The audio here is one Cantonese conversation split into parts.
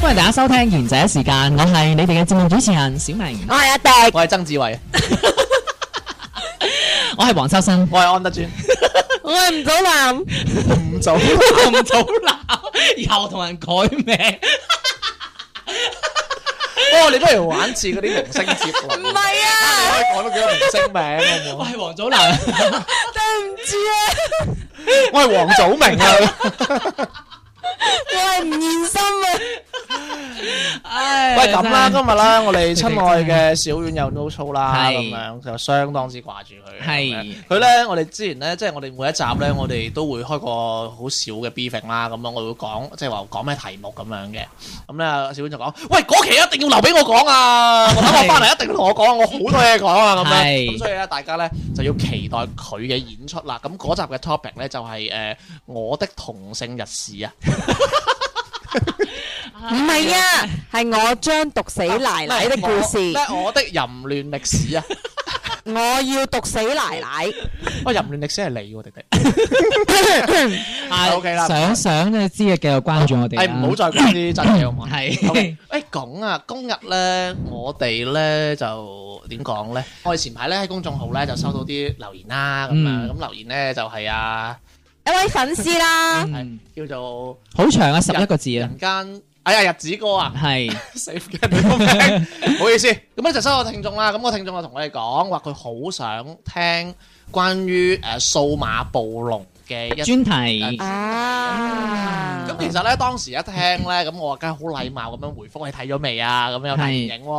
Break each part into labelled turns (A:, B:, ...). A: 歡迎大家收聽賢者時間，我係你哋嘅節目主持人小明，
B: 我係阿迪，
C: 哎我係曾志偉，
A: 我係黃秋生。
C: 我係安德尊，
B: 我係吳祖藍，
C: 唔做
A: 咁早鬧，又同人改名，
C: 哦，你不如玩次嗰啲明星接龍，
B: 唔係啊，
C: 你可以講到幾個明星名啊好唔
A: 我
C: 好？
A: 係黃祖藍。
B: 對唔住啊，
C: 我係黃祖明啊！
B: 我係吳彥心啊，
A: 唉
C: 喂，咁啦，今
A: 真係
C: 日啦，我哋親愛嘅小遠有 no show 啦，
A: 係
C: 咁樣就相當之掛住佢。
A: 係
C: 咁樣佢咧，我哋之前咧，即係我哋每一集咧，我哋都會開個好少嘅 briefing 啦，咁樣我會講，即係話講咩題目咁樣嘅。咁咧，小遠就講：喂，嗰期一定要留俾我講啊！我等我翻嚟一定要同我講，我好多嘢講啊！咁
A: 係
C: 樣，咁所以咧，大家咧就要期待佢嘅演出啦。咁嗰集嘅 topic 咧就係誒我的同性日事啊！
B: 唔係啊，係我將毒死奶奶的故事，
C: 咩我的淫亂歷史啊！
B: 我要毒死奶奶，
C: 喂，淫亂歷史係你喎，迪迪。
A: 唉
C: OK 啦
A: 想想就知嘅，繼續關注我哋啦。
C: 係哎唔好再講啲真嘅好嘛？
A: 係
C: OK，誒講啊，今日咧我哋咧就點講咧？我哋前排咧喺公眾號咧就收到啲留言啦，咁樣
A: 嗯
C: 咁留言咧就係啊，
B: 一位粉絲啦，
A: 嗯
C: 叫做
A: 好長啊，十一個字啊，
C: 人間。哎呀，日子哥 啊，
A: 係
C: 死嘅你個名，唔好意思。咁咧就收到聽眾啦，咁個聽眾就同我哋講話，佢好想聽關於誒數碼暴龍嘅一
A: 專題。
B: 啊，
C: 咁其實咧，當時一聽咧，咁我梗係好禮貌咁樣回覆你睇咗未啊？咁樣有睇電影喎，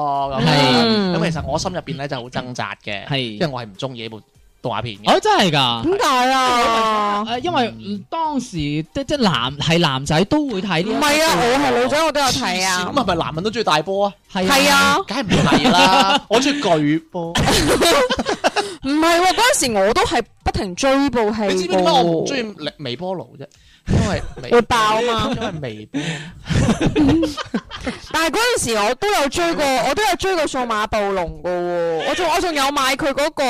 B: 係
C: 咁樣咁其實我心入邊咧就好掙扎嘅，
A: 係
C: 因為我係唔中意呢部動畫片嘅。
A: 哦，真係㗎。
C: 嗯
B: 點解啊？
A: 誒，因為嗯當時即即男係男仔都會睇
B: 唔
A: 呢一個，
B: 係啊，我係女仔我都有睇啊
C: 咁，係咪男人都中意大波啊？
A: 係
B: 係啊。
C: 梗係唔 係啦，我中意巨波。
B: 唔係喎，嗰陣時我都係不停追部戲
C: 你知唔知點解我唔中意微波爐啫？因為微
B: 會爆啊嘛
C: 因為微波。
B: 但係嗰陣時我都有追過，我都有追過數碼暴龍噶喎，我仲我仲有買佢嗰、個，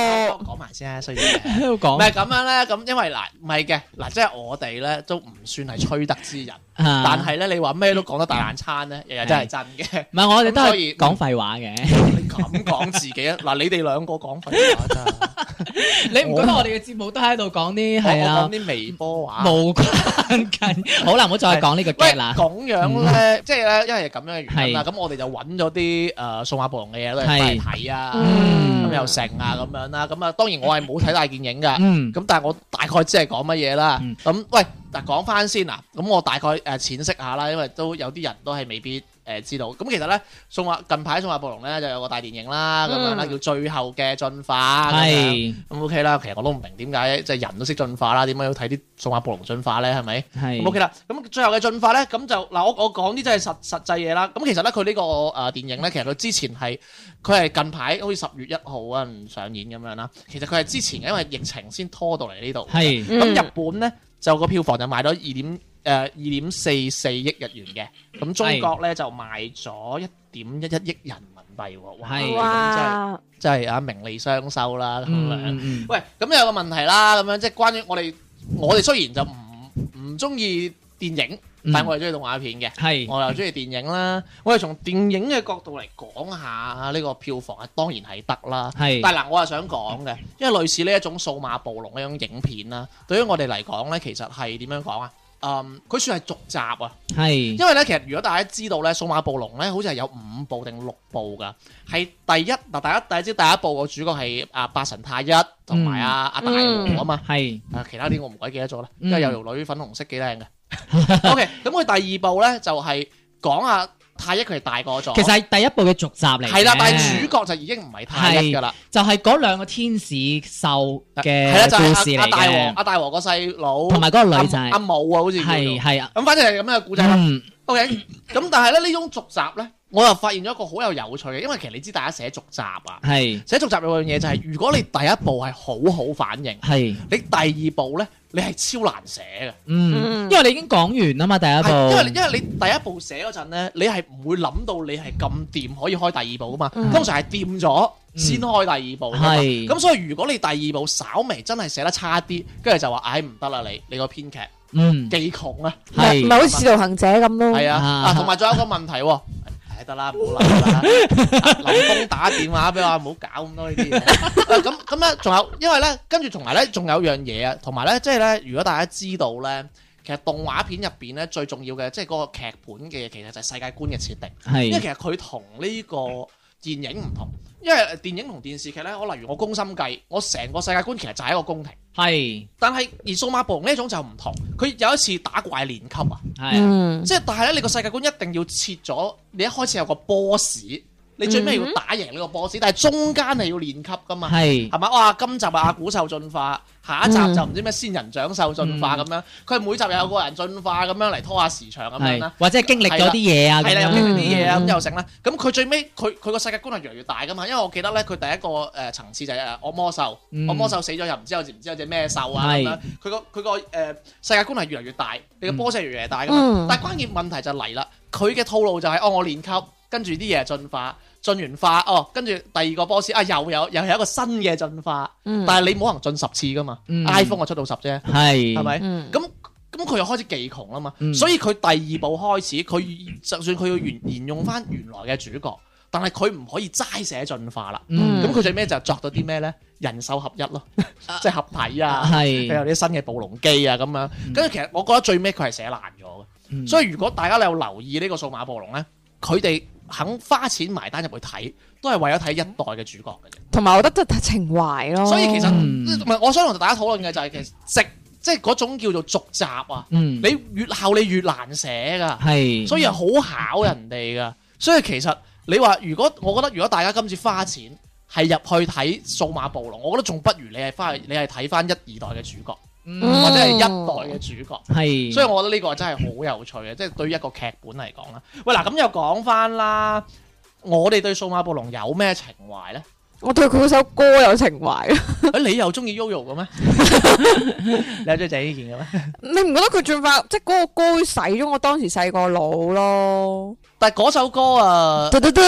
C: 講埋先啊，需要。
A: 喺度
C: 唔
A: 講
C: 係咁樣咧，咁因為嗱，唔係嘅，嗱，即係我哋咧都唔算係吹得之人，但
A: 但
C: 係咧你話咩都講得大爛餐咧，日日真係真嘅。
A: 唔啊係我哋都
C: 咁所以嗯
A: 係講廢話嘅。
C: 你咁講自己 啊？嗱，你哋兩個講廢話咋？
A: 你唔覺得我哋嘅節目都喺度講啲係
C: 我
A: 啊
C: 講啲微波話。
A: 無關 緊？好啦，唔好再講呢個
C: 喂，
A: 劇啦。
C: 咁樣咧，即係咧，因為咁樣嘅原因啦，
A: 係
C: 咁我哋就揾咗啲誒數碼暴龍嘅嘢咧嚟睇啊，
A: 嗯
C: 咁又成啊咁樣啦，咁啊當然我係冇睇大電影噶，
A: 嗯，
C: 咁但係我大概知係講乜嘢啦
A: 嗯。
C: 咁喂，嗱講翻先啊，咁我大概誒淺釋下啦，因為都有啲人都係未必誒知道。咁其實咧，數碼近排數碼暴龍咧就有個大電影啦，咁樣啦，
B: 嗯
C: 叫《最後嘅進化》咁樣。
A: 係
C: 咁 OK 啦，其實我都唔明點解即係人都識進化啦，點解要睇啲數碼暴龍進化咧？係咪？咁 OK
A: 係
C: 啦，咁最後嘅進化咧，咁就嗱，我我講啲真係實實際嘢啦。咁其實咧，佢呢個誒電影咧，其實佢之前係佢係近排好似十月一號啊唔上演咁樣啦。其實佢係之前因為疫情先拖到嚟呢度。
A: 係
C: 咁
B: 嗯
C: 日本咧就個票房就賣咗二點誒呃二點四四億日元嘅，咁中國咧就賣咗一點一一億人民幣喎。哇！
A: 係
C: 咁真係
B: 哇，
C: 真係啊，名利雙收啦咁
A: 嗯
C: 樣。
A: 嗯
C: 喂，咁有個問題啦，咁樣即係關於我哋，我哋雖然就唔唔中意電影，
A: 嗯
C: 但係我哋中意動畫片嘅，
A: 係
C: 我又中意電影啦。我哋從電影嘅角度嚟講下呢個票房啊，當然係得啦。
A: 係
C: 但係嗱，我係想講嘅，因為類似呢一種數碼暴龍呢種影片啦，對於我哋嚟講呢，其實係點樣講啊？嗯，佢算係續集啊，
A: 係
C: 因為呢，其實如果大家知道呢，數碼暴龍呢好似係有五部定六部㗎，係第一嗱，大家大家知第一部個主角係阿八神太一同
A: 嗯
C: 埋阿阿大和啊嘛，
A: 係
C: 啊其他啲我唔鬼記得咗啦，
A: 嗯
C: 因為有條女粉紅色幾靚嘅。OK，咁佢第二部呢就係講阿太一佢係大個咗，
A: 其實係第一部嘅續集嚟嘅。
C: 係啦，但係主角就已經唔係太一㗎啦，
A: 就係嗰兩個天使獸嘅
C: 係啦，就
A: 故事
C: 係
A: 嚟
C: 阿阿大王
A: 嘅，
C: 阿大王個細佬，
A: 同埋嗰個女仔
C: 阿阿武啊，好似叫做
A: 係係啊，
C: 咁，反正係咁樣嘅故仔啦。
A: 嗯
C: OK，咁但係咧呢種續集咧，我又發現咗一個好有有趣嘅，因為其實你知大家寫續集啊，
A: 係
C: 寫續集有樣嘢就係，如果你第一部係好好反應，
A: 係
C: 你第二部咧你係超難寫
A: 嗯，因為你已經講完啦嘛第一
C: 嘅，
A: 部，
C: 係因為因為你第一部寫嗰陣咧，你係唔會諗到你係咁掂可以開第二部噶嘛，通常係掂咗先開第二部㗎嘛。
A: 嗯係
C: 咁所以如果你第二部稍微真係寫得差啲，跟住就話唉唔得啦你，你個編劇
A: 嗯
C: 技窮啊，
B: 咪
A: 係
B: 咪好似《使徒行者》咁咯。
C: 係啊，
A: 啊
C: 啊同埋仲有一個問題喎，唉得啦唔好諗啦，啊林峰打電話俾我話唔好搞咁多呢啲嘢。啊咁咁咧仲有，因為咧跟住同埋咧仲有樣嘢啊，同埋咧即係咧，如果大家知道咧。其實動畫片入邊咧最重要嘅，即係嗰個劇本嘅，其實就係世界觀嘅設定。因為
A: 係
C: 其實佢同呢個電影唔同，因為電影同電視劇咧，我例如我《宮心計》，我成個世界觀其實就係一個宮廷，
A: 係
C: 但係而數碼暴龍呢一種就唔同，佢有一次打怪練級啊，
A: 係
B: 嗯，
C: 即係但係咧你個世界觀一定要切咗，你一開始有個 boss，你最尾要打贏呢個 boss，但係中間係要練級噶嘛。
A: 係
C: 係咪？哇！今集啊，阿古獸進化，下一集就唔知咩仙人掌獸進化咁
A: 嗯
C: 樣。佢係每集又有個人進化咁樣嚟拖下時長咁樣啦
A: 係。，或者係經歷咗啲嘢啊
C: 係
A: 咁
C: 啦，有
A: 樣
C: 經歷啲嘢啊，咁
B: 嗯
C: 又成啦。咁佢最尾佢佢個世界觀係越嚟越大噶嘛，因為我記得咧，佢第一個誒層次就係誒惡魔獸，
A: 嗯
C: 惡魔獸死咗又唔知有唔知有隻咩獸啊咁
A: 係
C: 樣。佢個佢個誒世界觀係越嚟越大，你嘅波勢越嚟越大噶嘛
B: 嗯。
C: 但係關鍵問題就嚟啦，佢嘅套路就係哦，我練級，跟住啲嘢進化。進完化哦，跟住第二個 boss 啊，又有又有一個新嘅進化，
B: 嗯
C: 但係你冇可能進十次噶嘛、
A: 嗯
C: i p h o n e 我出到十啫，
A: 係
C: 係咪？
B: 嗯
C: 咁咁佢又開始技窮啦嘛，
A: 嗯
C: 所以佢第二部開始，佢就算佢要沿沿用翻原來嘅主角，但係佢唔可以齋寫進化啦。
A: 嗯
C: 咁佢最尾就作到啲咩咧？人獸合一咯，即係合體啊，佢有
A: 係
C: 啲新嘅暴龍機啊咁樣。跟住其實我覺得最尾佢係寫爛咗嘅，
A: 嗯
C: 所以如果大家有留意呢個數碼暴龍咧，佢哋肯花錢埋單入去睇，都係為咗睇一代嘅主角嘅啫。
B: 同埋我覺得真係情懷咯。
C: 所以其實
A: 嗯
C: 唔係，我想同大家討論嘅就係其實直即係嗰種叫做續集啊，
A: 嗯
C: 你越後你越難寫㗎。
A: 係
C: 所以係好考人哋噶。所以其實你話，如果我覺得如果大家今次花錢係入去睇數碼暴龍，我覺得仲不如你係翻去你係睇翻一二代嘅主角，
B: 嗯
C: 或者係一代嘅主角。
A: 係
C: 所以我覺得呢個真係好有趣嘅，即係對於一個劇本嚟講啦。喂，嗱咁又講翻啦，我哋對數碼暴龍有咩情懷呢？
B: 我對佢嗰首歌有情 懷。
C: 誒，你又中意 Yoyo 嘅咩？ 你有中意鄭伊健嘅咩？
B: 你唔覺得佢進化，即係嗰個歌洗咗我當時細個腦咯？
C: 但係嗰首歌啊，
B: 嘟嘟嘟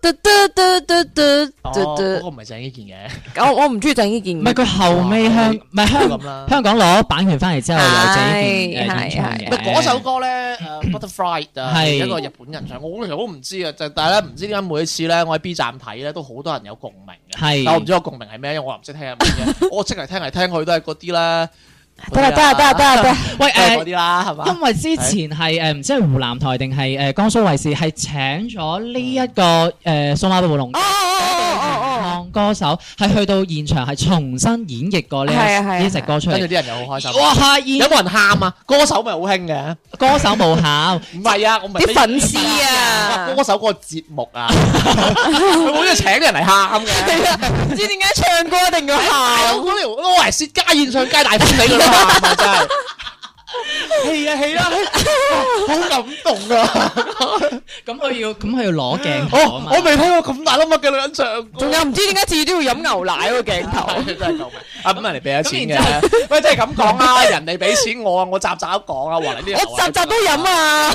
B: 嘟嘟嘟嘟
C: 哦，
B: 嘟
C: 嗰
B: 嘟
C: 個唔係鄭伊健嘅，
B: 我我唔中意鄭伊健
A: 唔
B: 嘅。
A: 係佢後尾香唔係香
C: 咁啊啦。
A: 香港攞版權翻嚟之後，有自己件
B: 係
A: 誒演唱嘅。
C: 咪嗰 首歌咧，誒 Butterfly 啊，
A: 係
C: 一個日本人唱，我其實我都唔知啊，就但係咧，唔知點解每一次咧，我喺 B 站睇咧，都好多人有共鳴嘅。
A: 係
C: 但我唔知個共鳴係咩，因為我又唔識聽日 文嘅，我識嚟聽嚟聽去都係嗰啲啦，
B: 得啦得啦得啦得啦得啦，
A: 喂
C: 都係嗰
A: 誒。
C: 啲啦，係嘛
A: 因？為之前係誒唔知係湖南台定係誒江蘇衛視係請咗呢一個
C: 嗯
A: 誒數碼暴龍
B: 哦
A: 嘅
B: 哦哦哦哦，
A: 唱歌手，係去到現場係重新演繹過呢
B: 係啊係啊
A: 一呢隻歌出
C: 跟住
A: 嚟。
C: 啲人又好開心。
A: 哇！係
C: 有
A: 現
C: 冇人喊啊？歌手咪好興嘅，
A: 歌手無 效，
C: 唔係啊，我唔係
B: 啲粉絲啊，
C: 歌手 嗰個節目啊， 佢好似請啲人嚟喊嘅。
B: 係啊唔知點解唱歌一定要
C: 大佬
B: 喊。
C: 嗰條都係薛家燕唱皆大歡喜㗎啦嘛， 係咪真係。係啊係啊，好感動啊！
A: 咁佢要咁佢要攞鏡頭啊嘛
C: 我我未睇過咁大粒乜嘅女人唱歌
B: 仲有唔知點解次次都要飲牛奶喎鏡 頭。
C: 真係救命！啊咁人哋俾咗錢
A: 咁然
C: 嘅，喂，即係咁講啦，人哋俾錢我啊，我集集都講啊，話你呢？
B: 我集集都飲！啊！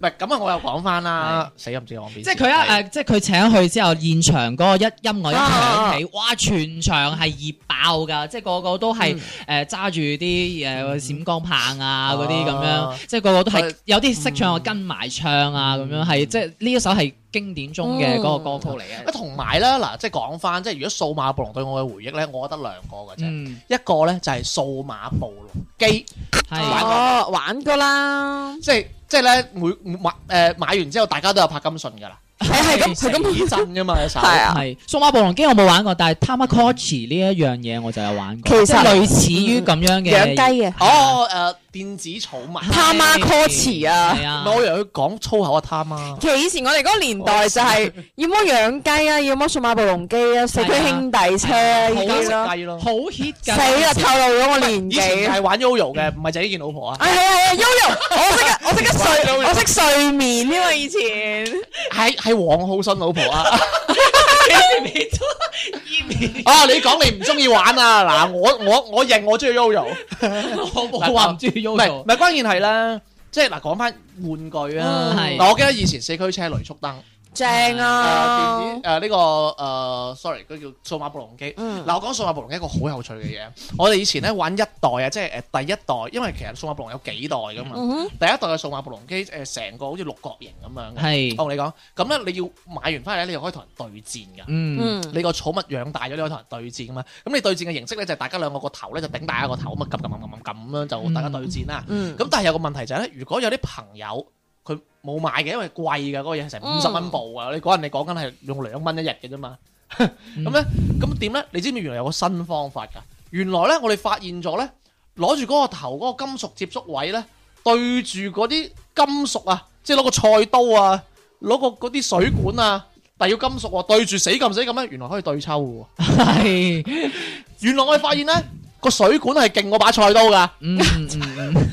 C: 唔係咁啊，我又講翻啦，死都唔知講邊。
A: 即係佢一誒，即係佢請佢之後，現場嗰個一音
B: 啊
A: 樂一響起，哇！全場係熱爆㗎，即係個個都係
B: 嗯
A: 誒揸住啲誒閃光棒啊嗰啲咁
C: 啊
A: 樣，即係個個都係
C: 佢
A: 有啲識
B: 嗯
A: 唱啊跟埋唱啊咁樣，係即係呢一首係經典中
B: 嗯
A: 嘅嗰個歌曲嚟
C: 啊，
A: 嘅。
C: 同埋啦，嗱，即係講翻，即係如果數碼暴龍對我嘅回憶咧，我覺得兩個嘅啫，
A: 嗯，
C: 一個咧就係數碼暴龍機。玩
A: 係
C: 過
B: 哦，玩過啦，
C: 即係即係咧，每買誒、買完之後，大家都有拍金信㗎啦。
B: 係係咁係咁
C: 咁 真噶嘛隻手。
B: 係啊
A: 係數碼暴龍機我冇玩過，但係 Tamagotchi 呢一樣嘢我就有玩過，
B: 其實
A: 即係類似於咁樣
B: 養
A: 嘅。啊
B: 雞嘅啊
C: 哦，誒電子草 物。
B: 他媽 call 詞啊！
A: 係啊
C: 唔係，，我以為佢講粗口啊，他媽。
B: 其實以前我哋嗰個年代就係要麼養雞啊，要麼數碼暴龍機啊，四驅兄弟車啊呢啲咯。
C: 雞咯。
A: 好啊 hit
B: 死
A: 㗎！
B: 啦，透露咗我年
C: 以前
B: 紀。啊
C: 係玩 Yoyo 嘅，唔係就呢件老婆啊。
B: 哎係啊係啊，Yoyo，我識啊我識得睡，我識睡眠啊添嘛以前。
C: 係係黃浩信老婆啊！ 哦，你講你唔中意玩啊？嗱，我我我認我中意 Yoyo，
A: 我冇話唔中意
C: 唔係唔
A: Yoyo，
C: 係關鍵係咧，即係嗱講翻玩具啊
A: 嗯。係
C: 嗱，我記得以前四驅車雷速燈，
B: 正
C: 誒
B: 啊
C: 電！子誒呢個誒，sorry，佢叫數碼暴龍機。
B: 嗯
C: 嗱，我講數碼暴龍機一個好有趣嘅嘢，我哋以前咧玩一代啊，即係誒第一代，因為其實數碼暴龍有幾代噶嘛。
B: 嗯哼
C: 第一代嘅數碼暴龍機誒，成個好似六角形咁樣嘅。
A: 係
C: 我同你講，咁咧你要買完翻嚟咧，你就可以同人對戰㗎。
A: 嗯，
B: 嗯
C: 你個寵物養大咗，你可以同人對戰㗎嘛。咁你對戰嘅形式咧，就係大家兩個個頭咧就頂大家個頭，咁啊撳撳撳撳撳咁樣就大家對戰啦。
B: 嗯
C: 咁但係有個問題就係咧，如果有啲朋友佢冇買嘅，因為貴㗎嗰個嘢成五十蚊部啊，你嗰陣你講緊係用兩蚊一日嘅啫嘛。咁咧咁點咧？你知唔知原來有個新方法㗎？原來咧我哋發現咗咧，攞住嗰個頭嗰個金屬接觸位咧，對住嗰啲金屬啊，即係攞個菜刀啊，攞個嗰啲水管啊。但要金屬喎，對住死撳死撳咧，原來可以對抽嘅喎。
A: 係，
C: 原來我哋發現咧，個水管係勁過把菜刀㗎。
A: 嗯嗯嗯嗯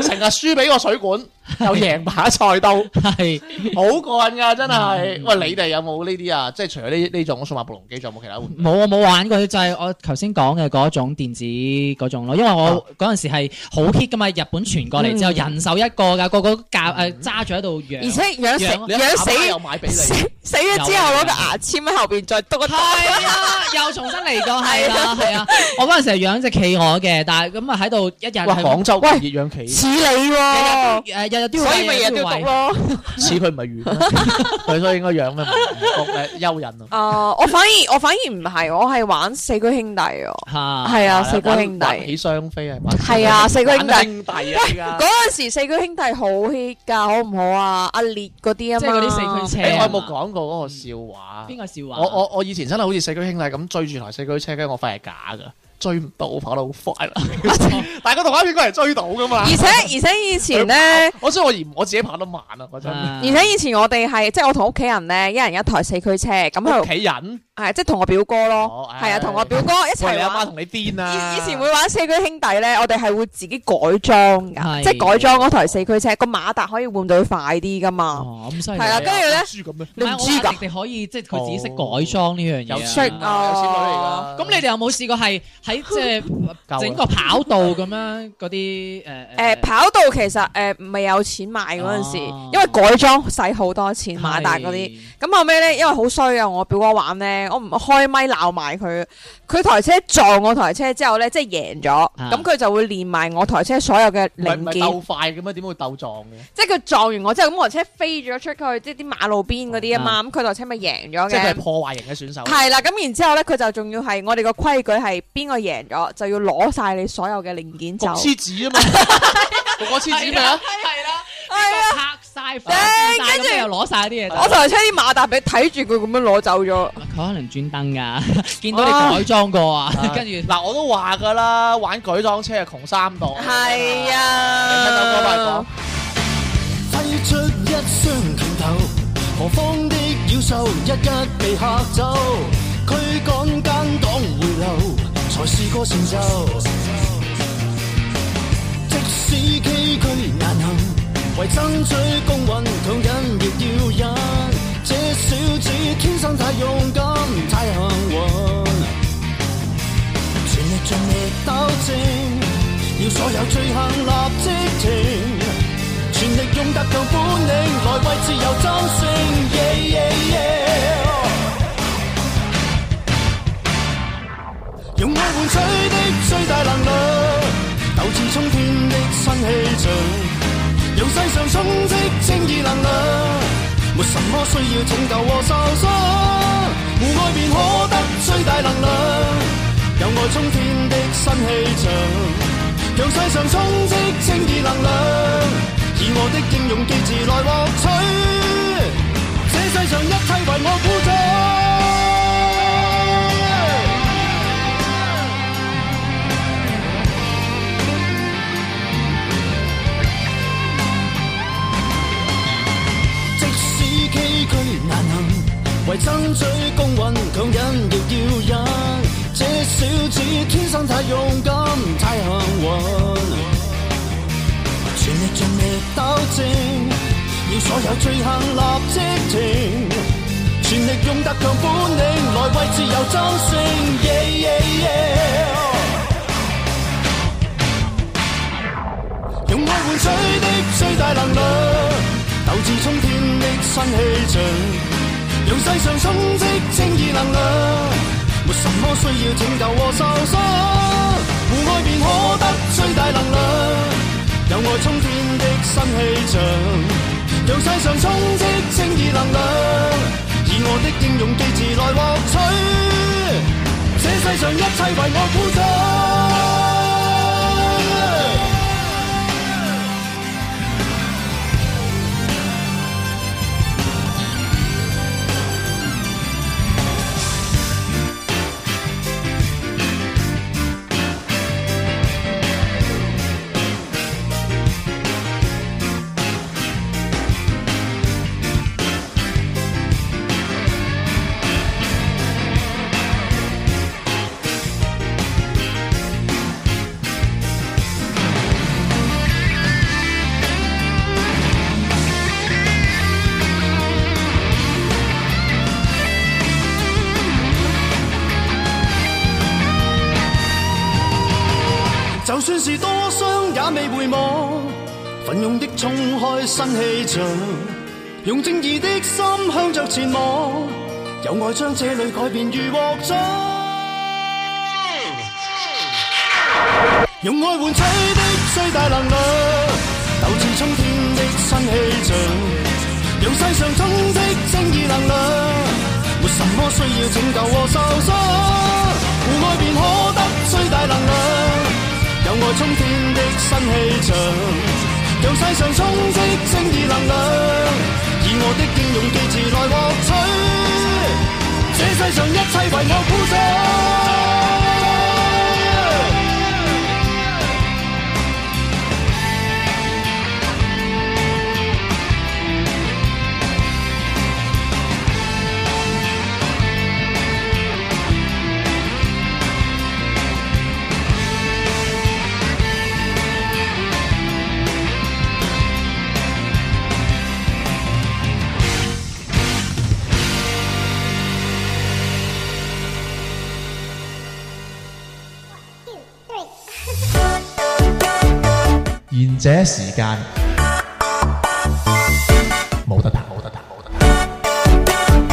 C: 成日輸俾個水 管，又贏把菜刀，
A: 係。
C: 好過癮㗎，真係。喂，你哋有冇呢啲啊？即係除咗呢呢種數碼暴龍機，仲有冇其他玩具？
A: 冇我冇玩過，就係、我頭先講嘅嗰種電子嗰種咯，因為我嗰陣時係好 hit 噶嘛，日本傳過嚟之後，
B: 嗯
A: 人手一個噶，個個教誒揸住喺度養，
B: 而且養死
A: 養
C: 你
B: 養
C: 阿爸爸又
B: 死
C: 買俾
B: 死
C: 你，啊
B: 死咗之後攞個牙籤喺後邊再篤個
A: 係啊，又重新嚟過，係啦，係啊，我嗰陣時係養只企鵝嘅，但係咁啊喺度一日
C: 哇！
A: 係
C: 廣州
B: 喂
C: 熱養 企，
B: 似你喎，
C: 啊
A: 誒日日都要
B: 所以咪
A: 日
B: 日
A: 都
B: 都
A: 要
B: 要篤
A: 餵
B: 咯。
C: 似佢 唔係魚咩，佢所以應該養咩唔唔覺誒蚯蚓啊。
B: 哦，我反而我反而唔係，我係玩四驅兄弟喎。
A: 嚇，
B: 係啊，
C: 玩
B: 四驅兄
C: 玩
B: 弟。
C: 起雙飛係嘛？
B: 係 啊四驅兄弟
C: 玩兄弟 啊！而家
B: 嗰陣時四驅兄弟好 hit 㗎，好唔好啊？阿烈嗰啲啊嘛，
A: 即係嗰啲四驅車
C: 誒我有冇講過嗰個笑話？
A: 邊個笑話？
C: 我我我以前真係好似四驅兄弟咁追住台四驅車，跟住我發現係假㗎，追唔到，我跑得好 快啦。但係個動畫片佢係追到㗎嘛
B: 而。且而且以前咧。
C: 我哦所以我嫌我自己跑得慢啊，嗰陣
A: 啊
B: 而且以前我哋係即係我同屋企人咧，一人一台四驅車，咁
C: 屋
B: 佢
C: 企人，
B: 係即係同我表哥
C: 哦
B: 咯，
C: 唉
B: 係啊，同我表哥一
C: 喂
B: 齊
C: 你阿媽
B: 玩。
C: 同你癲啊！
B: 以以前會玩四驅兄弟咧，我哋係會自己改裝噶，
A: 係
B: 即係改裝嗰台四驅車，個馬達可以換到佢快啲噶嘛。
A: 哦咁犀
B: 係
A: 利，
B: 啦
C: 係啊
B: 跟住咧
C: 豬咁樣，
B: 你唔
A: 係我
B: 知
A: 話
B: 㗎
A: 你哋可以即係佢自己識改裝呢樣
C: 有
A: 嘢啊，
C: 錢啊， 有錢女嚟
B: 哦啊
C: 噶。
A: 咁你哋有冇試過係喺即
C: 夠啦
A: 係整個跑道咁樣嗰啲誒
B: 誒跑道其實誒唔係有錢買嗰陣時
A: 哦，
B: 因為改裝使好多錢馬達嗰啲。咁後尾咧，因為好衰啊，我表哥玩咧，我唔開咪鬧埋佢，佢台車撞我台車之後咧，即係贏咗，咁佢就會連埋我台車所有嘅
C: 唔係
B: 零
C: 唔係
B: 件，
C: 鬥快嘅咩？點會鬥撞嘅？
B: 即係佢撞完我之後，咁我台車飛咗出去，即係啲馬路邊嗰啲啊嘛，咁佢台車咪贏咗
C: 即係佢
B: 嘅
C: 係。破壞型嘅選手。
B: 係啦，咁然之後咧，佢就仲要係我哋個規矩係邊個贏咗就要攞晒你所有嘅零件走。係
C: 焗黐紙啊嘛， 焗個黐紙咩啊？
A: 係啦，
B: 啊，
A: 拍晒粉，
B: 誒
A: 跟
B: 跟住
A: 住又攞晒啲嘢
B: 我
A: 走。
B: 台車啲馬達俾睇住佢咁樣攞走咗。
A: 佢可能專登 㗎，見到你改裝過啊，跟住
C: 嗱，我都話㗎啦，玩舉裝車係窮三代。
B: 係
C: 聽首歌快講
B: 啊，。
D: 揮出一雙拳頭，何方的妖獸一一被嚇走，驅趕奸黨回流，才是個成就。即使崎嶇難行，為爭取公允，強忍亦要忍。這小子天生太勇敢，太幸運。全力盡力糾正，要所有罪行立即停，全力用突強本領來為自由爭勝。Yeah, yeah, yeah. 用愛換取的最大能量，鬥志衝天的新氣象，讓世上充斥正義能量，沒什麼需要拯救和受傷，互愛便可得最大能量。有愛衝天的新氣象，讓世上充斥正義能量，以我的英勇機智來獲取這世世上一切為我鼓掌。即使崎嶇難行，為爭取公允，強忍亦要忍。這小子天生太勇敢，太幸運，全力盡力糾正，要所有罪行立即停。全力用特強本領來為自由爭勝，yeah yeah yeah。用愛換取的最大能量，鬥志衝天的新氣象，讓世上充斥正義能量，沒什麼需要拯救和受傷，互愛便可得最大能量，有愛衝天的新氣象，讓世上充斥正義能量，以我的英勇機智來獲取，這世上一切為我鼓掌。
E: 就算是多傷也未回望，奮勇的衝開新氣象，用正義的心向着前往，有愛將這裏改變如獲獎。用愛換取的最大能量，鬥志衝天的新氣象，讓世上充斥正義能量，沒什麼需要拯救和受傷，互愛便可得最大能量。有愛衝天的新氣象，讓世上充斥正義能量，以我的英勇機智來獲取，這世上一切為我鼓掌。
F: 贤者時間冇得彈，冇得彈，冇得彈。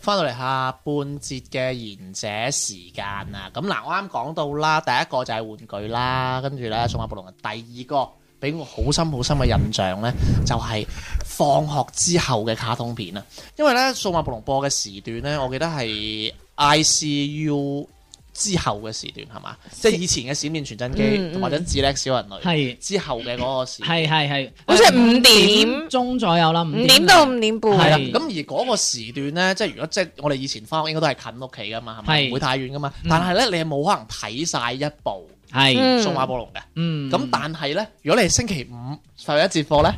C: 翻到嚟下半節嘅賢者時間啊！咁嗱，我啱講到啦，第一個就係玩具啦，跟住咧數碼暴龍嘅第二個俾我好深好深嘅印象咧，就係、放學之後嘅卡通片啊！因為咧數碼暴龍播嘅時段咧，我記得係 ICU 之後嘅時段係嘛？即係以前嘅閃電傳真
B: 嗯
C: 機
B: 嗯
C: 或者智叻小人類
A: 係
C: 之後嘅嗰個時段。
A: 係係係，
B: 好似係
A: 誒
B: 五點
A: 鐘左右啦，
B: 五點到五點
C: 啊係啊啦，
B: 半，
A: 係
C: 咁而嗰個時段咧，即係如果即係我哋以前翻學應該都係近屋企噶嘛，係咪？
A: 係
C: 唔會太遠噶嘛。
A: 嗯
C: 但係咧，你係冇可能睇晒一部
A: 係
B: 嗯
C: 數碼暴龍嘅。
A: 嗯
C: 咁但係咧，如果你係星期五上一節課咧，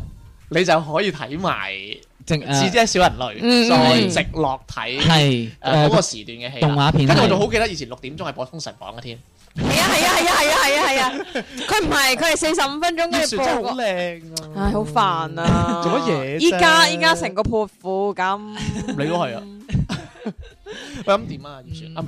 C: 你就可以睇埋《
A: 正
C: 智
A: 誒
C: 者小人類》
B: 嗯
A: 嗯
C: 再直落睇
A: 係
C: 誒嗰個
A: 誒
C: 時段嘅戲啦。
A: 動畫片
C: 跟住我仲
A: 係
C: 好記得以前六點鐘係播《封神榜》嘅添，
B: 係啊係啊係啊係啊係啊係啊，佢唔係佢係四十五分鐘
C: 葉
B: 跟住
C: 璇
B: 播
C: 真係
B: 個
C: 好靚啊！
B: 唉，好煩啊！
C: 做乜嘢啫
B: 依家依家成個潑婦咁，
C: 你都係啊！喂，咁點啊？葉璇啊，唔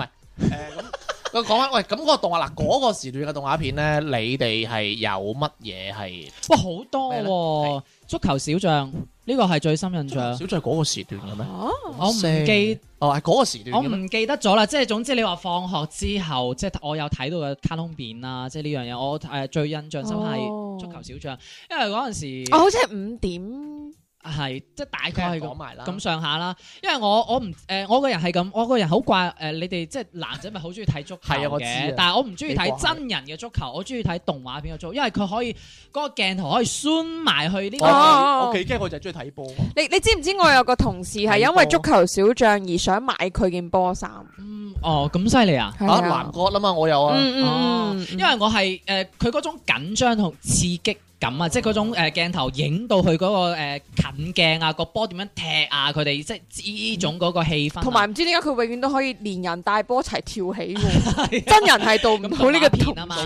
C: 係誒咁。佢講翻喂，咁嗰個動畫嗱，嗰、個時段嘅動畫片咧，你哋係有乜嘢係
A: 哇好
C: 咩咧
A: 多
C: 係
A: 喎！足球小將呢個係最深印象
C: 小，在嗰個時段嘅咩？
B: 哦
A: 我唔記
C: 哦，係嗰個時段
A: 我
C: 嘅咩？
A: 唔記得咗啦，即係總之你話放學之後，即係我有睇到嘅卡通片啦，即係呢樣嘢，我誒最印象深刻係
B: 哦
A: 足球小將，因為嗰陣時
B: 我好似係五點
A: 係即係大概係
C: 佢
A: 咁
C: 講。埋啦。
A: 咁上下啦，因為我我唔誒、我個人係咁，我個人好怪誒、你哋即係男仔咪好中意睇足球
C: 係啊我知啊
A: 嘅，但係我唔中意
C: 你
A: 睇
C: 講係
A: 真人嘅足球，我中意睇動畫片嘅足，因為佢可以嗰、個鏡頭可以 zoom 埋去呢、個。
C: 我幾我幾驚佢就係中意睇波。
B: 你你知唔知我有個同事係因為足球小將而想買佢件波衫？
A: 嗯哦，咁犀利啊！
B: 係
C: 啊，南國啦嘛，我有啊。
B: 嗯
A: 哦
B: 嗯，嗯，
A: 因為我係誒佢嗰種緊張同刺激感啊，即係嗰種誒鏡頭影到佢嗰、個、誒近鏡啊，個波點樣踢啊，佢哋即係呢種嗰個氣氛啊、
B: 同埋唔知點解佢永遠都可以連人帶波一齊跳起 喎，
A: 係啊
B: 真人係到唔到呢個
A: 咁動畫
B: 片
A: 片啊嘛